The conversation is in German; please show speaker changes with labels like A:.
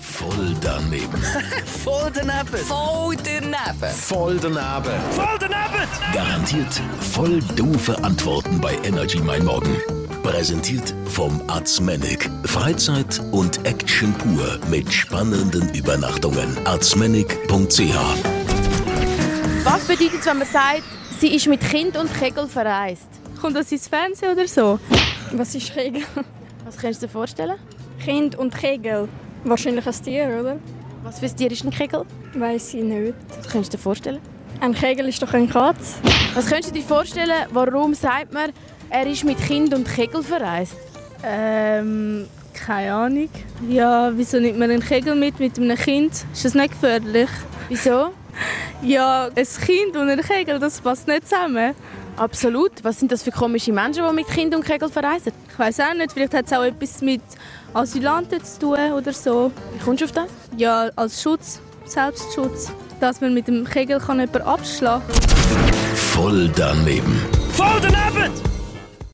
A: Voll daneben.
B: Voll daneben.
C: Voll daneben.
A: Voll daneben. Garantiert voll doofe Antworten bei Energy Mein Morgen. Präsentiert vom Arzmenig. Freizeit und Action pur mit spannenden Übernachtungen. Arzmenig.ch
D: Was bedeutet es, wenn man sagt, sie ist mit Kind und Kegel verreist?
E: Kommt das ins Fernsehen oder so?
F: Was ist Kegel?
D: Was kannst du dir vorstellen?
F: Kind und Kegel. Wahrscheinlich ein Tier, oder?
D: Was für ein Tier ist ein Kegel?
F: Weiß ich nicht.
D: Was kannst du dir vorstellen?
F: Ein Kegel ist doch ein Katz.
D: Was kannst du dir vorstellen, warum sagt man, er ist mit Kind und Kegel verreist?
E: Ähm, keine Ahnung. Ja, wieso nimmt man einen Kegel mit mit einem Kind? Ist das nicht gefährlich?
D: Wieso?
E: Ja, ein Kind und ein Kegel, das passt nicht zusammen.
D: Absolut. Was sind das für komische Menschen, die mit Kind und Kegel verreisen?
E: Ich weiß auch nicht, vielleicht hat es auch etwas mit Asylanten zu tun oder so.
D: Wie kommst du auf das?
E: Ja, als Schutz, Selbstschutz. Dass man mit dem Kegel kann jemanden abschlagen kann.
A: Voll daneben.
B: Voll daneben!